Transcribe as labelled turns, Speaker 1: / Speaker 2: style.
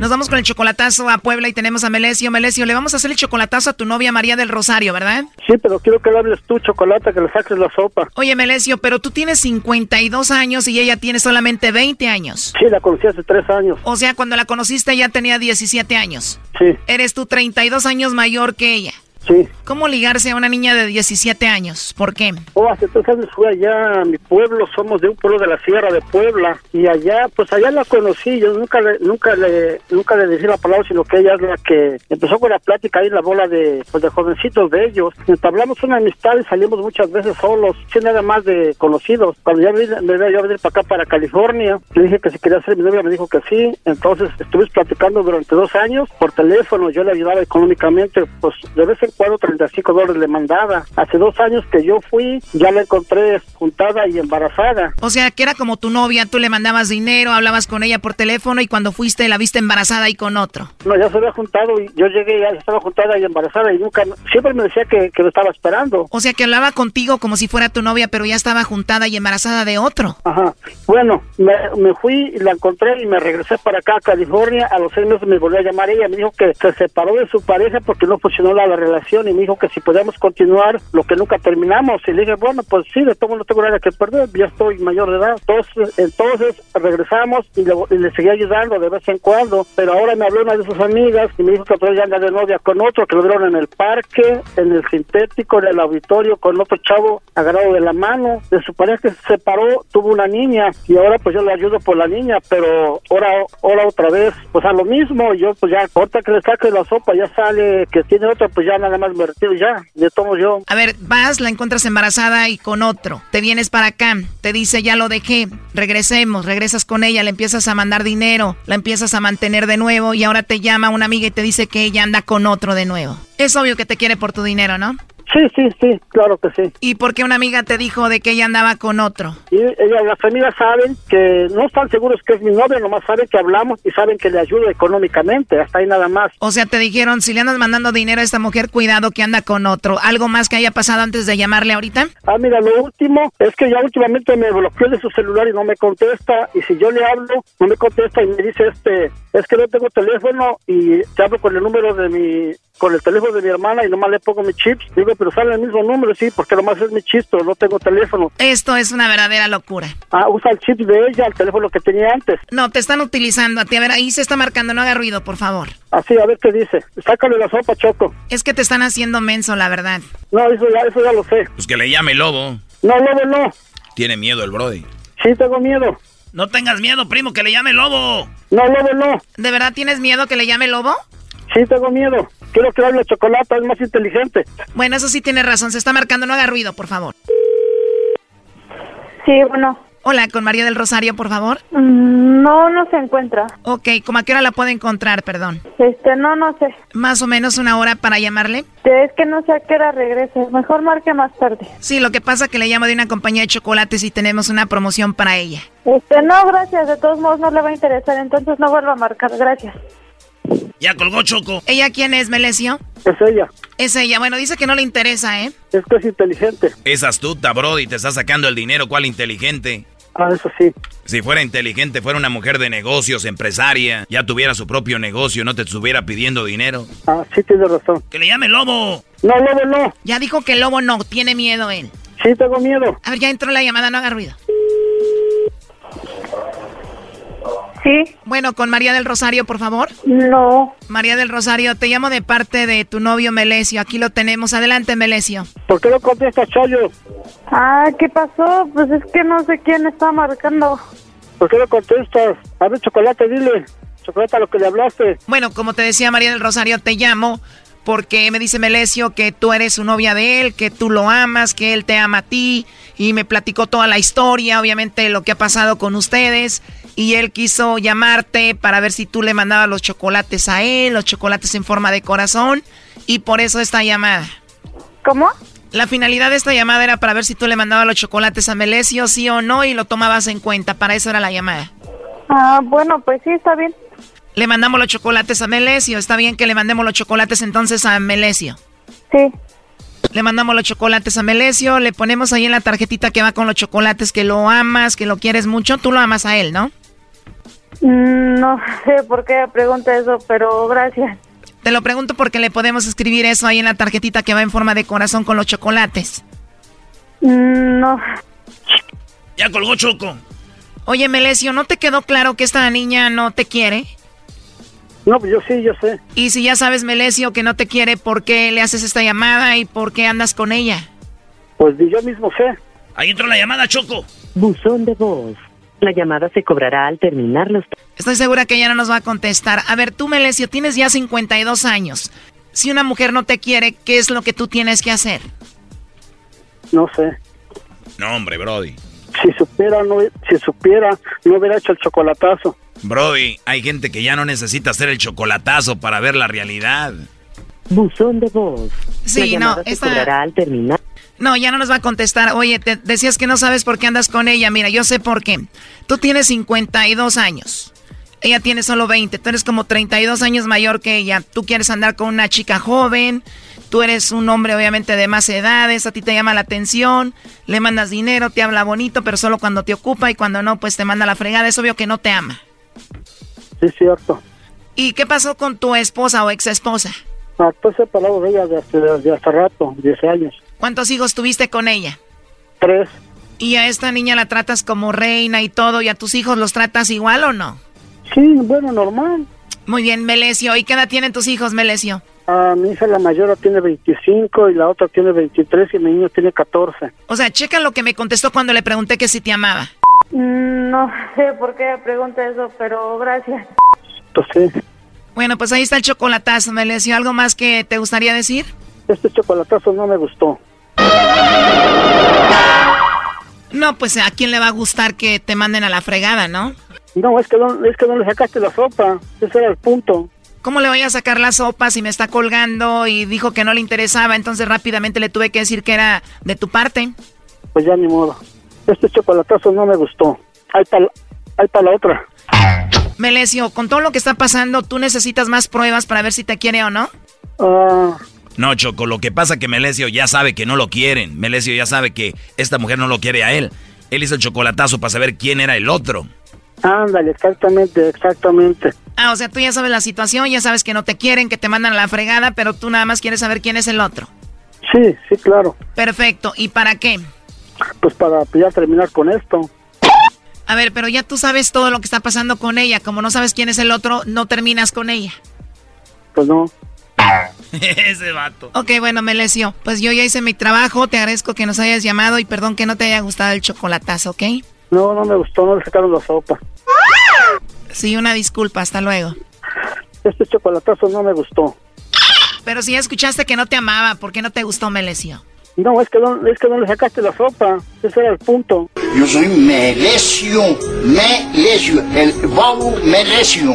Speaker 1: Nos vamos con el chocolatazo a Puebla y tenemos a Melesio. Melesio, le vamos a hacer el chocolatazo a tu novia María del Rosario, ¿verdad?
Speaker 2: Sí, pero quiero que le hables tú, chocolate, que le saques la sopa.
Speaker 1: Oye, Melesio, pero tú tienes 52 años y ella tiene solamente 20 años.
Speaker 2: Sí, la conocí hace 3 años.
Speaker 1: O sea, cuando la conociste ya tenía 17 años.
Speaker 2: Sí.
Speaker 1: Eres tú 32 años mayor que ella.
Speaker 2: Sí.
Speaker 1: ¿Cómo ligarse a una niña de 17 años? ¿Por qué?
Speaker 2: Oh, hace tres años fui allá a mi pueblo, somos de un pueblo de la Sierra de Puebla, y allá, pues allá la conocí, yo nunca le, nunca le, nunca le dije la palabra, sino que ella es la que empezó con la plática ahí, la bola de, pues, de jovencitos de ellos. Entablamos una amistad y salimos muchas veces solos, sin nada más de conocidos. Cuando ya vine, me iba yo a venir para acá, para California, le dije que si quería ser mi novia, me dijo que sí, entonces estuvimos platicando durante dos años por teléfono, yo le ayudaba económicamente, pues de vez en cuadro 35 dólares le mandaba. Hace dos años que yo fui, ya la encontré juntada y embarazada.
Speaker 1: O sea, que era como tu novia, tú le mandabas dinero, hablabas con ella por teléfono y cuando fuiste la viste embarazada y con otro.
Speaker 2: No, ya se había juntado y yo llegué, ya estaba juntada y embarazada y nunca, siempre me decía que, que lo estaba esperando.
Speaker 1: O sea, que hablaba contigo como si fuera tu novia, pero ya estaba juntada y embarazada de otro.
Speaker 2: Ajá. Bueno, me, me fui, la encontré y me regresé para acá, a California. A los seis meses me volvió a llamar ella, me dijo que se separó de su pareja porque no funcionó la, la relación y me dijo que si podíamos continuar lo que nunca terminamos. Y le dije, bueno, pues sí, de todo no tengo nada que perder, ya estoy mayor de edad. Entonces, entonces regresamos y le, y le, seguí ayudando de vez en cuando. Pero ahora me habló una de sus amigas y me dijo que otra ya anda de novia con otro, que lo vieron en el parque, en el sintético, en el auditorio, con otro chavo agarrado de la mano. De su pareja que se separó, tuvo una niña y ahora pues yo le ayudo por la niña, pero ahora, ahora otra vez, pues a lo mismo, yo pues ya, ahorita que le saque la sopa, ya sale que tiene otra, pues ya nada más me retiro ya, de tomo yo.
Speaker 1: A ver, vas, la encuentras embarazada y con otro, te vienes para acá, te dice ya lo dejé, regresemos, regresas con ella, le empiezas a mandar dinero, la empiezas a mantener de nuevo y ahora te llama una amiga y te dice que ella anda con otro de nuevo. Es obvio que te quiere por tu dinero, ¿no?
Speaker 2: Sí, sí, sí, claro que sí.
Speaker 1: ¿Y por qué una amiga te dijo de que ella andaba con otro?
Speaker 2: Y ella, las amigas saben que no están seguros que es mi novia, nomás saben que hablamos y saben que le ayudo económicamente, hasta ahí nada más.
Speaker 1: O sea, te dijeron, si le andas mandando dinero a esta mujer, cuidado que anda con otro. ¿Algo más que haya pasado antes de llamarle ahorita?
Speaker 2: Ah, mira, lo último es que ya últimamente me bloqueó de su celular y no me contesta, y si yo le hablo, no me contesta y me dice, este, es que no tengo teléfono y te hablo con el número de mi, con el teléfono de mi hermana y nomás le pongo mis chips. Digo, pero sale el mismo número, sí, porque nomás es mi chisto, no tengo teléfono.
Speaker 1: Esto es una verdadera locura.
Speaker 2: Ah, usa el chip de ella, el teléfono que tenía antes.
Speaker 1: No, te están utilizando a ti. A ver, ahí se está marcando, no haga ruido, por favor.
Speaker 2: Así, a ver qué dice. Sácale la sopa, Choco.
Speaker 1: Es que te están haciendo menso, la verdad.
Speaker 2: No, eso ya, eso ya lo sé.
Speaker 3: Pues que le llame Lobo.
Speaker 2: No, Lobo no.
Speaker 3: Tiene miedo el Brody.
Speaker 2: Sí, tengo miedo.
Speaker 3: No tengas miedo, primo, que le llame Lobo.
Speaker 2: No, Lobo no.
Speaker 1: ¿De verdad tienes miedo que le llame Lobo?
Speaker 2: Sí, tengo miedo. Quiero que hable chocolate, es más inteligente.
Speaker 1: Bueno, eso sí tiene razón. Se está marcando, no haga ruido, por favor.
Speaker 4: Sí, bueno.
Speaker 1: Hola, con María del Rosario, por favor.
Speaker 4: Mm, No, no se encuentra.
Speaker 1: Ok, ¿cómo a qué hora la puedo encontrar, perdón?
Speaker 4: Este, no, no sé. Este,
Speaker 1: ¿Más o menos una hora para llamarle?
Speaker 4: Es que no sé a qué hora regrese. Mejor marque más tarde.
Speaker 1: Sí, lo que pasa que le llamo de una compañía de chocolates y tenemos una promoción para ella.
Speaker 4: Este, no, gracias. De todos modos no le va a interesar, entonces no vuelva a marcar. Gracias.
Speaker 3: Ya colgó Choco.
Speaker 1: ¿Ella quién es, Melesio?
Speaker 2: Es ella,
Speaker 1: Es ella. Bueno, dice que no le interesa, ¿eh?
Speaker 2: es que es inteligente.
Speaker 3: Es astuta, Brody, te está sacando el dinero, cuál inteligente.
Speaker 2: Ah, eso sí.
Speaker 3: Si fuera inteligente, fuera una mujer de negocios, empresaria, ya tuviera su propio negocio, no te estuviera pidiendo dinero.
Speaker 2: Ah, sí, tiene razón.
Speaker 3: Que le llame Lobo.
Speaker 2: No, Lobo no.
Speaker 1: Ya dijo que el lobo no, tiene miedo él.
Speaker 2: Sí, tengo miedo.
Speaker 1: A ver, ya entró la llamada, no haga ruido.
Speaker 4: Sí,
Speaker 1: Bueno, con María del Rosario, por favor.
Speaker 4: no.
Speaker 1: María del Rosario, te llamo de parte de tu novio Melesio. Aquí lo tenemos. Adelante, Melesio.
Speaker 2: ¿Por qué no contestas, Chayo?
Speaker 4: Ah, ¿qué pasó? Pues es que no sé quién está marcando.
Speaker 2: ¿Por qué no contestas? A ver, chocolate, dile. Chocolate a lo que le hablaste.
Speaker 1: Bueno, como te decía María del Rosario, te llamo porque me dice Melesio que tú eres su novia de él, que tú lo amas, que él te ama a ti y me platicó toda la historia, obviamente lo que ha pasado con ustedes y él quiso llamarte para ver si tú le mandabas los chocolates a él, los chocolates en forma de corazón y por eso esta llamada.
Speaker 4: ¿Cómo?
Speaker 1: La finalidad de esta llamada era para ver si tú le mandabas los chocolates a Melesio, sí o no, y lo tomabas en cuenta. Para eso era la llamada.
Speaker 4: Ah, bueno, pues sí, está bien.
Speaker 1: Le mandamos los chocolates a Melesio. Está bien que le mandemos los chocolates entonces a Melesio.
Speaker 4: Sí.
Speaker 1: Le mandamos los chocolates a Melesio. Le ponemos ahí en la tarjetita que va con los chocolates que lo amas, que lo quieres mucho. Tú lo amas a él, ¿no?
Speaker 4: Mm, No sé por qué pregunta eso, pero gracias.
Speaker 1: Te lo pregunto porque le podemos escribir eso ahí en la tarjetita que va en forma de corazón con los chocolates.
Speaker 4: Mm, No,
Speaker 3: Ya colgó Choco.
Speaker 1: Oye, Melesio, ¿no te quedó claro que esta niña no te quiere?
Speaker 2: No, pues yo sí, yo sé.
Speaker 1: Y si ya sabes, Melesio, que no te quiere, ¿por qué le haces esta llamada y por qué andas con ella?
Speaker 2: Pues yo mismo sé.
Speaker 3: Ahí entró la llamada, Choco.
Speaker 5: Buzón de voz. La llamada se cobrará al terminar los...
Speaker 1: Estoy segura que ella no nos va a contestar. A ver, tú, Melesio, tienes ya 52 años. Si una mujer no te quiere, ¿qué es lo que tú tienes que hacer?
Speaker 2: No sé.
Speaker 3: No, hombre, Brody.
Speaker 2: Si supiera, no, si supiera, no hubiera hecho el chocolatazo.
Speaker 3: Brody, hay gente que ya no necesita hacer el chocolatazo para ver la realidad.
Speaker 5: Buzón de voz. la
Speaker 1: Sí,
Speaker 5: llamada
Speaker 1: no,
Speaker 5: se
Speaker 1: esta-
Speaker 5: cobrará al terminar...
Speaker 1: No, ya no nos va a contestar. Oye, te decías que no sabes por qué andas con ella. Mira, yo sé por qué. Tú tienes 52 años. Ella tiene solo 20. Tú eres como 32 años mayor que ella. Tú quieres andar con una chica joven. Tú eres un hombre obviamente de más edades. A ti te llama la atención. Le mandas dinero, te habla bonito, pero solo cuando te ocupa y cuando no, pues te manda la fregada. Es obvio que no te ama.
Speaker 2: Sí, es cierto.
Speaker 1: ¿Y qué pasó con tu esposa o ex esposa?
Speaker 2: Ah, estoy separado de ella desde, desde hace rato, 10 años.
Speaker 1: ¿Cuántos hijos tuviste con ella?
Speaker 2: Tres.
Speaker 1: ¿Y a esta niña la tratas como reina y todo? ¿Y a tus hijos los tratas igual o no?
Speaker 2: Sí, bueno, normal.
Speaker 1: Muy bien, Melesio. ¿Y qué edad tienen tus hijos, Melesio?
Speaker 2: Ah, mi hija la mayor tiene 25 y la otra tiene 23 y mi niño tiene 14.
Speaker 1: O sea, checa lo que me contestó cuando le pregunté que si te amaba.
Speaker 4: Mm, no sé por qué pregunta eso, pero gracias.
Speaker 2: Pues sí.
Speaker 1: Bueno, pues ahí está el chocolatazo, Melesio. ¿Algo más que te gustaría decir?
Speaker 2: Este chocolatazo no me gustó.
Speaker 1: No, pues a quién le va a gustar que te manden a la fregada, ¿no?
Speaker 2: No, es que no, es que no le sacaste la sopa. Ese era el punto.
Speaker 1: ¿Cómo le voy a sacar la sopa si me está colgando y dijo que no le interesaba? Entonces rápidamente le tuve que decir que era de tu parte.
Speaker 2: Pues ya ni modo. Este chocolatazo no me gustó. Hay para hay pa' la otra.
Speaker 1: Melesio, con todo lo que está pasando, tú necesitas más pruebas para ver si te quiere o no.
Speaker 2: Ah,
Speaker 3: No, Choco, lo que pasa que Melesio ya sabe que no lo quieren. Melesio ya sabe que esta mujer no lo quiere a él. Él hizo el chocolatazo para saber quién era el otro.
Speaker 2: ándale, exactamente, exactamente.
Speaker 1: Ah, o sea, tú ya sabes la situación, ya sabes que no te quieren, que te mandan a la fregada, pero tú nada más quieres saber quién es el otro.
Speaker 2: Sí, sí, claro.
Speaker 1: Perfecto, ¿y para qué?
Speaker 2: Pues para ya terminar con esto.
Speaker 1: A ver, pero ya tú sabes todo lo que está pasando con ella, como no sabes quién es el otro, no terminas con ella.
Speaker 2: Pues no.
Speaker 3: Ese vato.
Speaker 1: Ok, bueno, Melesio, pues yo ya hice mi trabajo, te agradezco que nos hayas llamado y perdón que no te haya gustado el chocolatazo, ¿ok?
Speaker 2: No, no me gustó, no le sacaron la sopa.
Speaker 1: Sí, una disculpa, hasta luego.
Speaker 2: Este chocolatazo no me gustó.
Speaker 1: Pero si ya escuchaste que no te amaba, ¿por qué no te gustó, Melesio?
Speaker 2: No, es que no, es que no le sacaste la sopa. Ese era el punto.
Speaker 6: Yo soy Melesio, Melesio, el Bau Melesio.